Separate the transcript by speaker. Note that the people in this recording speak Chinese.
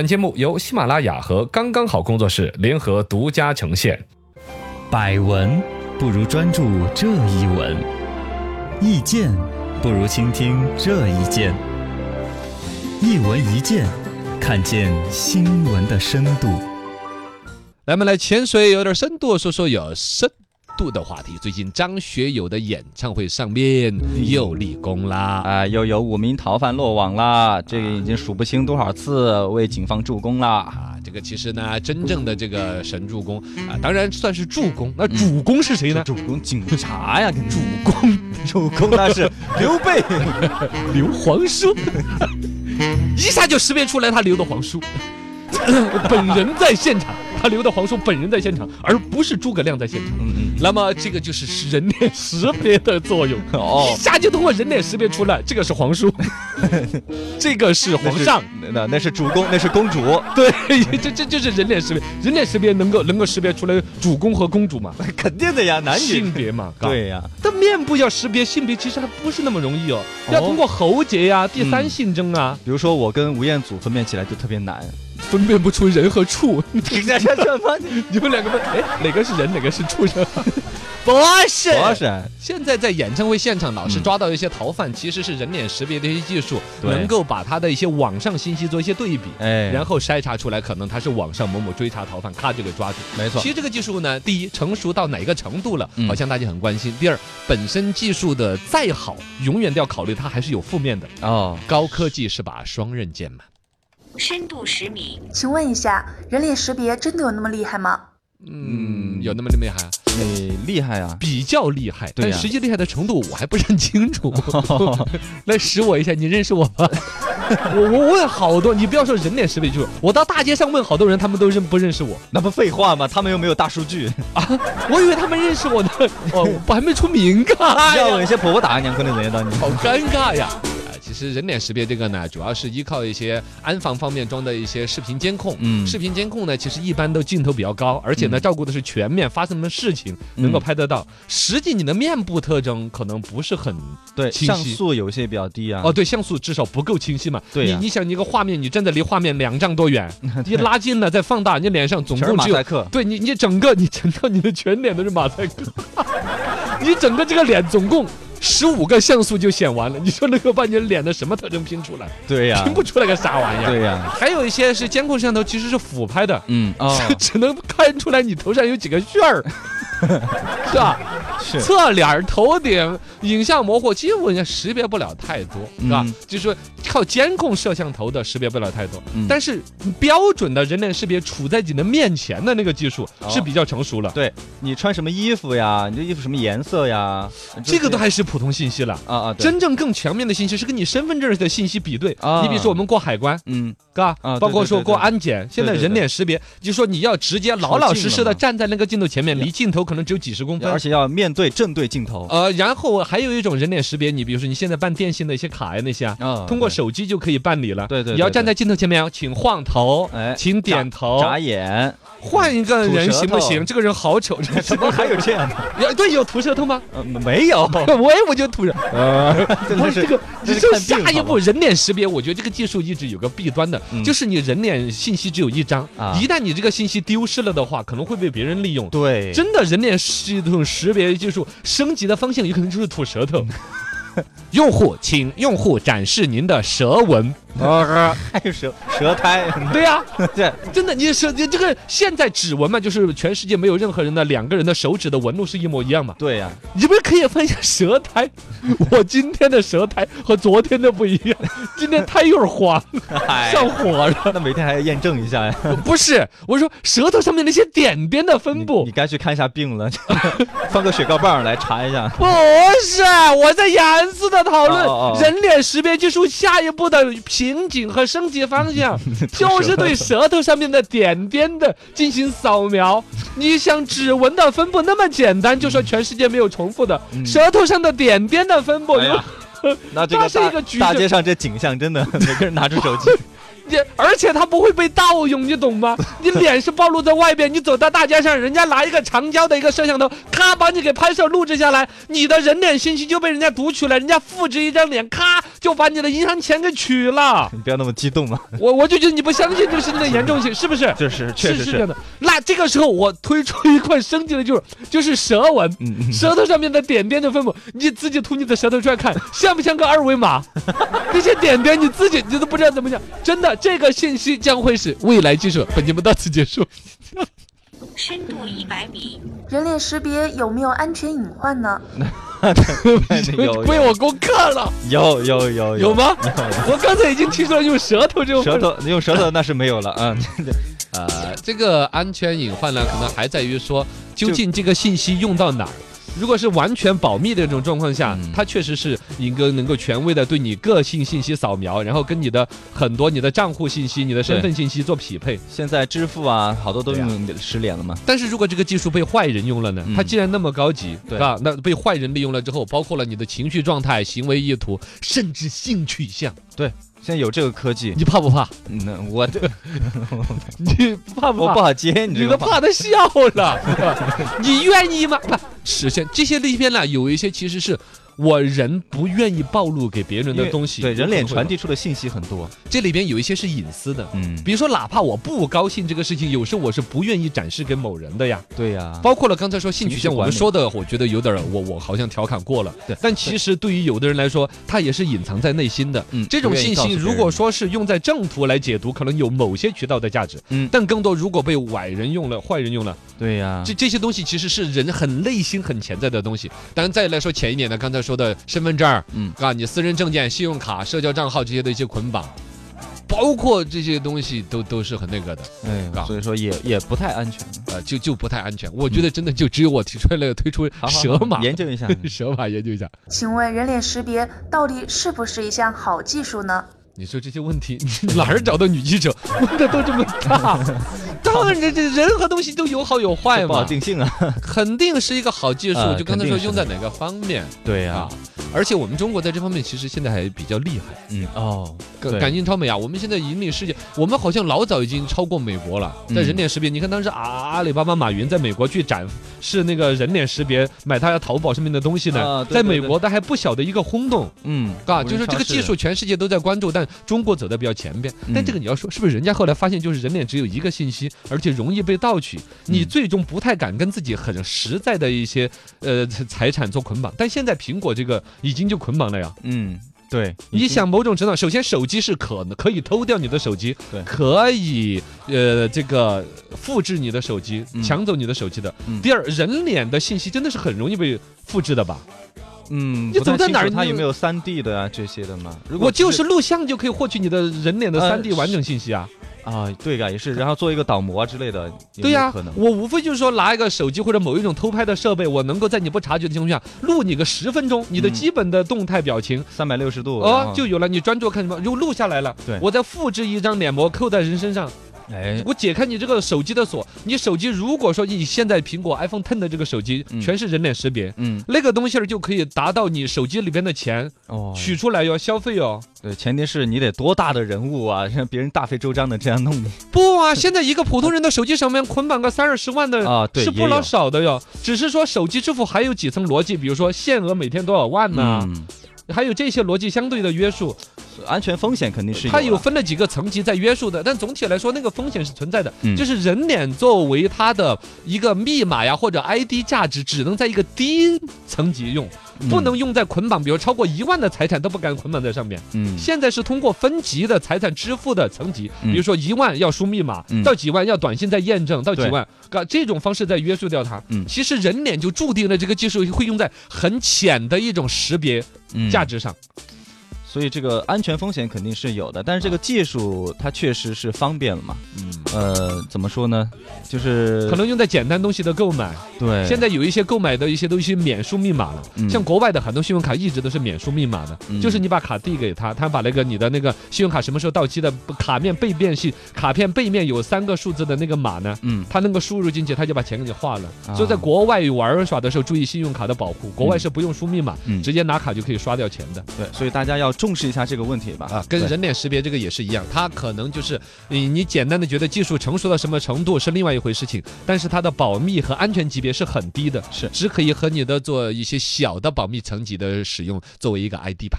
Speaker 1: 本节目由喜马拉雅和刚刚好工作室联合独家呈现。
Speaker 2: 百闻不如专注这一闻，意见不如倾听这一见。一闻一见，看见新闻的深度。
Speaker 3: 那么来潜水有点深度，说说有深度的话题。最近张学友的演唱会上面又立功啦，
Speaker 4: 啊、又有五名逃犯落网啦，这个已经数不清多少次为警方助
Speaker 1: 嗯
Speaker 4: 攻啦。
Speaker 3: 啊，这个其实呢，真正的这个神助攻啊，当然算是助攻。那主攻是
Speaker 1: 嗯
Speaker 3: 谁呢？
Speaker 4: 主攻警察呀，跟主公，主公那是刘备。
Speaker 3: 刘皇叔， 一下就识别出来他留的皇叔， 本人在现场，他留的皇叔本人在现场，而不是诸葛亮在现场。
Speaker 4: 嗯嗯，
Speaker 3: 那么这个就是人脸识别的作用，
Speaker 4: 哦
Speaker 3: 一下就通过人脸识别出来，这个是皇 叔，这个是
Speaker 4: 那
Speaker 3: 皇
Speaker 4: 是
Speaker 3: 上，
Speaker 4: 那那是主公，那是公主，
Speaker 3: 对， 这这就是人脸识别，人脸识别能够能够识别出来主公和公主嘛，
Speaker 4: 肯定的呀，男
Speaker 3: 性
Speaker 4: 女。
Speaker 3: 别嘛，嘎。
Speaker 4: 对呀，
Speaker 3: 但面部要识别性别，其实还不是那么容易哦，
Speaker 4: 哦
Speaker 3: 要通过喉结呀、第三
Speaker 4: 嗯
Speaker 3: 性征啊，
Speaker 4: 比如说我跟吴彦祖分辨起来就特别难。
Speaker 3: 分辨不出人和 畜，
Speaker 4: 这这这么？
Speaker 3: 你们两个分，哎，哪个是人，哪个是畜 生？不是
Speaker 4: 不是，
Speaker 3: 现在在演唱会现场，老是
Speaker 4: 嗯
Speaker 3: 抓到一些逃犯，其实是人脸识别的一些技术，
Speaker 4: 对
Speaker 3: 能够把他的一些网上信息做一些对比，
Speaker 4: 哎，
Speaker 3: 然后筛查出来，可能他是网上某某追查逃犯，咔就给抓住。
Speaker 4: 没错
Speaker 3: 其，实这个技术呢，第一，成熟到哪个程度了，
Speaker 4: 嗯
Speaker 3: 好像大家很关心；第二，本身技术的再好，永远都要考虑它还是有负面的。
Speaker 4: 哦，
Speaker 3: 高科技是把双刃剑嘛。
Speaker 5: 深度十米，
Speaker 6: 请问一下，人脸识别真的有那么厉害吗？
Speaker 3: 嗯，
Speaker 4: 嗯
Speaker 3: 有那么厉害啊？
Speaker 4: 你厉害啊！
Speaker 3: 比较厉害，
Speaker 4: 对
Speaker 3: 但
Speaker 4: 呀
Speaker 3: 实际厉害的程度我还不是很清 楚。 来识我一下，你认识我吗？我我问好多，你不要说人脸识别技术，我到大街上问好多人，他们都认不认识我？
Speaker 4: 那不废话吗？他们又没有大数据，
Speaker 3: 我以为他们认识我呢， 哦，我还没出名啊！
Speaker 4: 要有一些婆婆打娘，可能轮得到你。
Speaker 3: 好尴尬呀！啊，其实人脸识别这个呢，主要是依靠一些安防方面装的一些视频监控。
Speaker 4: 嗯
Speaker 3: 视频监控呢，其实一般都镜头比较高，而且呢，
Speaker 4: 嗯
Speaker 3: 照顾的是全面，发生什么事情
Speaker 4: 嗯
Speaker 3: 能够拍得到。实际你的面部特征可能不是很
Speaker 4: 对，
Speaker 3: 清晰
Speaker 4: 像素有些比较低啊。
Speaker 3: 哦，对，像素至少不够清晰嘛。
Speaker 4: 对呀
Speaker 3: 你你想，你一个画面，你站在离画面两丈多 远，你拉近了再放大，你脸上总
Speaker 4: 全是
Speaker 3: 共
Speaker 4: 马
Speaker 3: 只有
Speaker 4: 赛克。
Speaker 3: 对你，你整个你整个你的全脸都是马赛克， 你整个这个脸总共十五个像素就显完了。你说那个把你的脸的什么特征拼出来？
Speaker 4: 对呀、
Speaker 3: 拼不出来个啥玩意儿。
Speaker 4: 啊对呀、
Speaker 3: 还有一些是监控摄像头，其实是俯拍的，
Speaker 4: 嗯哦，
Speaker 3: 只能看出来你头上有几个旋 儿，是吧？
Speaker 4: 是
Speaker 3: 侧脸儿、头顶影像模糊，其实我也识别不了太多，是吧？
Speaker 4: 嗯
Speaker 3: 就是说靠监控摄像头的识别不了太多，
Speaker 4: 嗯
Speaker 3: 但是标准的人脸识别处在你的面前的那个技术
Speaker 4: 哦
Speaker 3: 是比较成熟了，
Speaker 4: 对你穿什么衣服呀？你这衣服什么颜色呀？
Speaker 3: 这个都还是普通信息了。
Speaker 4: 啊啊，对
Speaker 3: 真正更全面的信息是跟你身份证的信息比对，
Speaker 4: 啊
Speaker 3: 你比如说我们过海关，
Speaker 4: 嗯
Speaker 3: 嘎
Speaker 4: 啊，
Speaker 3: 包括
Speaker 4: 对对
Speaker 3: 说
Speaker 4: 对
Speaker 3: 过
Speaker 4: 对
Speaker 3: 安检，现在
Speaker 4: 对对
Speaker 3: 人
Speaker 4: 对
Speaker 3: 脸识别，就说你要直接老老实实
Speaker 4: 靠近了
Speaker 3: 的
Speaker 4: 嘛
Speaker 3: 站在那个镜头前面，离镜头可能只有几十公分
Speaker 4: 而，且要面对正对镜头
Speaker 3: 呃，然后还有一种人脸识别，你比如说你现在办电信的一些卡呀那些啊，
Speaker 4: 啊
Speaker 3: 通过
Speaker 4: 对
Speaker 3: 手机就可以办理了。
Speaker 4: 对对对
Speaker 3: 你要站在镜头前面，啊请晃头，
Speaker 4: 哎
Speaker 3: 请点头，
Speaker 4: 眨眼，
Speaker 3: 换一个人
Speaker 4: 吐舌
Speaker 3: 行
Speaker 4: 头
Speaker 3: 不 行？这个人好丑，
Speaker 4: 怎 么还有这样的？
Speaker 3: 有对有吐舌头吗？
Speaker 4: 呃，没有，
Speaker 3: 我也我就吐舌。
Speaker 4: 真
Speaker 3: 不
Speaker 4: 的
Speaker 3: 是这
Speaker 4: 是
Speaker 3: 个，你
Speaker 4: 这
Speaker 3: 说
Speaker 4: 看病
Speaker 3: 下一
Speaker 4: 好
Speaker 3: 步人脸识别，我觉得这个技术一直有个弊端的，
Speaker 4: 嗯
Speaker 3: 就是你人脸信息只有一张，
Speaker 4: 啊
Speaker 3: 一旦你这个信息丢失了的话，可能会被别人利用。
Speaker 4: 对，
Speaker 3: 真的人脸系统识别技术升级的方向，有可能就是吐舌头。 用户，请用户展示您的舌纹。
Speaker 4: 还有舌舌苔，
Speaker 3: 对呀、
Speaker 4: 对，
Speaker 3: 真的，你舌你这个现在指纹嘛，就是全世界没有任何人的两个人的手指的纹路是一模一样嘛。
Speaker 4: 对呀、
Speaker 3: 你们可以分一下舌 苔，我今天的舌苔和昨天的不一样，今天苔有点黄，
Speaker 4: 嗨
Speaker 3: 上火了。
Speaker 4: 哎那每天还要验证一下呀。
Speaker 3: 不是，我说舌头上面那些点点的分
Speaker 4: 你
Speaker 3: 布
Speaker 4: 你。该去看一下病了， 放个雪糕棒来查一下。
Speaker 3: 不是，我在严肃的讨论
Speaker 4: 哦哦哦
Speaker 3: 人脸识别技术下一步的瓶颈和升级方向， 就是对舌头上面的点点的进行扫描。你想指纹的分布那么简单，就说全世界没有重复的，
Speaker 4: 嗯
Speaker 3: 舌头上的点点的分布，
Speaker 4: 哎呀那这
Speaker 3: 那
Speaker 4: 个
Speaker 3: 是
Speaker 4: 大
Speaker 3: 一个矩阵
Speaker 4: 大街上这景象真的， 每个人拿出手机，
Speaker 3: 你而且它不会被盗用，你懂吗？你脸是暴露在外边，你走到大街上，人家拿一个长焦的一个摄像头，咔把你给拍摄录制下来，你的人脸信息就被人家读取了，人家复制一张脸，咔就把你的银行钱给取了。
Speaker 4: 你不要那么激 动嘛，
Speaker 3: 我我就觉得你不相信这个事情的严重性，是不是？
Speaker 4: 就是
Speaker 3: 是是这样的。那这个时候我推出一款升级的，就是就是舌纹，
Speaker 4: 嗯
Speaker 3: 舌头上面的点点的分布，你自己吐你的舌头出来看，像不像个二维码？ 那些点点你自己你都不知道怎么讲，真的，这个信息将会是未来技术。本节目到此结束。
Speaker 5: 深度一百米，
Speaker 6: 人脸识别有没有安全隐患呢？
Speaker 4: 哎有
Speaker 3: 归我功课了，
Speaker 4: 有有 有
Speaker 3: 有？吗？我刚才已经提出了用舌头这种
Speaker 4: 舌头用舌头那是没有了啊，
Speaker 3: 呃，这个安全隐患呢，可能还在于说，究竟这个信息用到哪儿？如果是完全保密的这种状况下，
Speaker 4: 嗯
Speaker 3: 它确实是一个能够权威的对你个性信息扫描，然后跟你的很多你的账户信息、你的身份信息做匹配。
Speaker 4: 现在支付啊，好多都用识脸了嘛。
Speaker 3: 但是如果这个技术被坏人用了呢？
Speaker 4: 嗯
Speaker 3: 它既然那么高级，
Speaker 4: 对
Speaker 3: 吧？那被坏人利用了之后，包括了你的情绪状态、行为意图，甚至性取向，
Speaker 4: 现在有这个科技，
Speaker 3: 你怕不怕？
Speaker 4: 那我
Speaker 3: 你怕不
Speaker 4: 我
Speaker 3: 怕
Speaker 4: 不？好接
Speaker 3: 啊
Speaker 4: 你这
Speaker 3: 你
Speaker 4: 个
Speaker 3: 都怕
Speaker 4: 话。
Speaker 3: 他笑 了，你愿意吗？不，实现这些里边呢，有一些其实是我人不愿意暴露给别人
Speaker 4: 因
Speaker 3: 的
Speaker 4: 为
Speaker 3: 东西，
Speaker 4: 对人脸传
Speaker 3: 递，
Speaker 4: 递出的信息很多，
Speaker 3: 这里边有一些是隐私的。
Speaker 4: 嗯，
Speaker 3: 比如说，哪怕我不高兴这个事情，有时候我是不愿意展示给某人的呀。
Speaker 4: 对呀，
Speaker 3: 包括了刚才说性取向，
Speaker 4: 情绪
Speaker 3: 我
Speaker 4: 管
Speaker 3: 们
Speaker 4: 理
Speaker 3: 说的，我觉得有点儿，我我好像调侃过了。
Speaker 4: 对
Speaker 3: 但其实对于有的人来说，他也是隐藏在内心的。
Speaker 4: 嗯
Speaker 3: 这种
Speaker 4: 不愿意
Speaker 3: 信
Speaker 4: 告诉
Speaker 3: 息
Speaker 4: 别人
Speaker 3: 如果说是用在正途来解读，可能有某些渠道的价值。
Speaker 4: 嗯
Speaker 3: 但更多如果被坏人用了，坏人用了，
Speaker 4: 对呀，
Speaker 3: 这这些东西其实是人很内心很潜在的东西。当然再来说前一点呢，刚才说的身份证儿，
Speaker 4: 嗯
Speaker 3: 啊，你私人证件、信用卡、社交账号这些的一些捆绑，包括这些东西都都是很那个的，啊
Speaker 4: 哎，所以说也也不太安全。
Speaker 3: 呃，就就不太安全。我觉得真的就只有我提出来了推出
Speaker 4: 嗯好好好
Speaker 3: 蛇马，
Speaker 4: 研究 一下，
Speaker 3: 蛇马研究一下。
Speaker 6: 请问人脸识别到底是不是一项好技术呢？
Speaker 3: 你说这些问题， 你哪儿找到女记者？问的都这么 大，当然这这人和东西都有好有坏
Speaker 4: 不好
Speaker 3: 嘛，
Speaker 4: 定性 啊。
Speaker 3: 肯定是一个好技术。
Speaker 4: 呃
Speaker 3: 就刚才
Speaker 4: 肯定
Speaker 3: 说
Speaker 4: 是
Speaker 3: 用在哪个方面。
Speaker 4: 对
Speaker 3: 啊，，而且我们中国在这方面其实现在还比较厉害，
Speaker 4: 嗯哦，
Speaker 3: 赶
Speaker 4: 对
Speaker 3: 赶紧超美啊！我们现在引领世界，我们好像老早已经超过美国了，在
Speaker 4: 嗯
Speaker 3: 人脸识别。你看当时啊，阿里巴巴马云在美国去展示那个人脸识别买他淘宝上面的东西呢，
Speaker 4: 啊对
Speaker 3: 在
Speaker 4: 对
Speaker 3: 美
Speaker 4: 对
Speaker 3: 国它还不小的一个轰动。
Speaker 4: 嗯
Speaker 3: 啊，就是这个技术，全世界都在关注，但中国走的比较前边。但
Speaker 4: 嗯
Speaker 3: 这个你要说，是不是人家后来发现，就是人脸只有一个信息，而且容易被盗取，你
Speaker 4: 嗯
Speaker 3: 最终不太敢跟自己很实在的一些呃财产做捆绑。但现在苹果这个已经就捆绑了呀。
Speaker 4: 嗯，对，
Speaker 3: 你想某种程度，首先手机是可能可以偷掉你的手机
Speaker 4: 对，
Speaker 3: 可以呃这个复制你的手机，
Speaker 4: 嗯
Speaker 3: 抢走你的手机的。
Speaker 4: 嗯
Speaker 3: 第二，人脸的信息真的是很容易被复制的吧？
Speaker 4: 嗯，
Speaker 3: 你
Speaker 4: 不太
Speaker 3: 走在
Speaker 4: 清
Speaker 3: 哪
Speaker 4: 楚
Speaker 3: 儿
Speaker 4: 它
Speaker 3: 你
Speaker 4: 有没有三 D 的啊这些的嘛？如
Speaker 3: 我
Speaker 4: 果
Speaker 3: 就是录像就可以获取你的人脸的
Speaker 4: 呃
Speaker 3: 三 D 完整信息啊。
Speaker 4: 啊，对呀，也是，然后做一个导模之类的，也
Speaker 3: 对
Speaker 4: 有
Speaker 3: 呀、
Speaker 4: 可能。
Speaker 3: 我无非就是说拿一个手机或者某一种偷拍的设备，我能够在你不察觉的情况下录你个十分钟，你的
Speaker 4: 嗯
Speaker 3: 基本的动态表情，
Speaker 4: 三百六十度然
Speaker 3: 哦
Speaker 4: 后
Speaker 3: 就有了。你专注看什么，如果录下来了，
Speaker 4: 对
Speaker 3: 我再复制一张脸膜扣在人身上，
Speaker 4: 哎，
Speaker 3: 我解开你这个手机的锁。你手机如果说你现在苹果 iPhone Ten 的这个手机
Speaker 4: 嗯
Speaker 3: 全是人脸识别，
Speaker 4: 嗯
Speaker 3: 那个东西儿就可以达到你手机里边的钱
Speaker 4: 哦，
Speaker 3: 取出来哟，消费哟。
Speaker 4: 对，前提是你得多大的人物啊，让别人大费周章的这样弄你
Speaker 3: 不啊，现在一个普通人的手机上面捆绑个三二十万的
Speaker 4: 啊，对，
Speaker 3: 是
Speaker 4: 也
Speaker 3: 不老
Speaker 4: 有
Speaker 3: 少的哟。只是说手机支付还有几层逻辑，比如说限额每天多少万呐，
Speaker 4: 嗯
Speaker 3: 还有这些逻辑相对的约束，
Speaker 4: 安全风险肯定是
Speaker 3: 它有
Speaker 4: 有了
Speaker 3: 分了几个层级在约束的。但总体来说，那个风险是存在的，
Speaker 4: 嗯
Speaker 3: 就是人脸作为它的一个密码呀或者 ID 价值，只能在一个低层级用，
Speaker 4: 嗯
Speaker 3: 不能用在捆绑，比如超过一万的财产都不敢捆绑在上面。
Speaker 4: 嗯
Speaker 3: 现在是通过分级的财产支付的层级，
Speaker 4: 嗯
Speaker 3: 比如说一万要输密码，
Speaker 4: 嗯
Speaker 3: 到几万要短信再验证，到几
Speaker 4: 对
Speaker 3: 万，啊这种方式在约束掉它。
Speaker 4: 嗯
Speaker 3: 其实人脸就注定了这个技术会用在很浅的一种识别
Speaker 4: 嗯
Speaker 3: 价值上。
Speaker 4: 所以这个安全风险肯定是有的，但是这个技术它确实是方便了嘛。
Speaker 3: 嗯，
Speaker 4: 呃，怎么说呢？就是
Speaker 3: 可能用在简单东西的购买。
Speaker 4: 对
Speaker 3: 现在有一些购买的一些东西免输密码了，
Speaker 4: 嗯
Speaker 3: 像国外的很多信用卡一直都是免输密码的，
Speaker 4: 嗯
Speaker 3: 就是你把卡递给他，他把那个你的那个信用卡什么时候到期的卡面背面是卡片背面有三个数字的那个码呢，
Speaker 4: 嗯
Speaker 3: 他能够输入进去，他就把钱给你划了。
Speaker 4: 啊
Speaker 3: 所以在国外玩耍的时候，注意信用卡的保护。国外是不用输密码，
Speaker 4: 嗯
Speaker 3: 直接拿卡就可以刷掉钱的
Speaker 4: 对，所以大家要重视一下这个问题吧。
Speaker 3: 啊。跟
Speaker 4: 对
Speaker 3: 人脸识别这个也是一样，它可能就是你你简单的觉得技术成熟到什么程度是另外一回事情，但是它的保密和安全级别是很低的，
Speaker 4: 是
Speaker 3: 只可以和你的做一些小的保密层级的使用作为一个 ID 吧。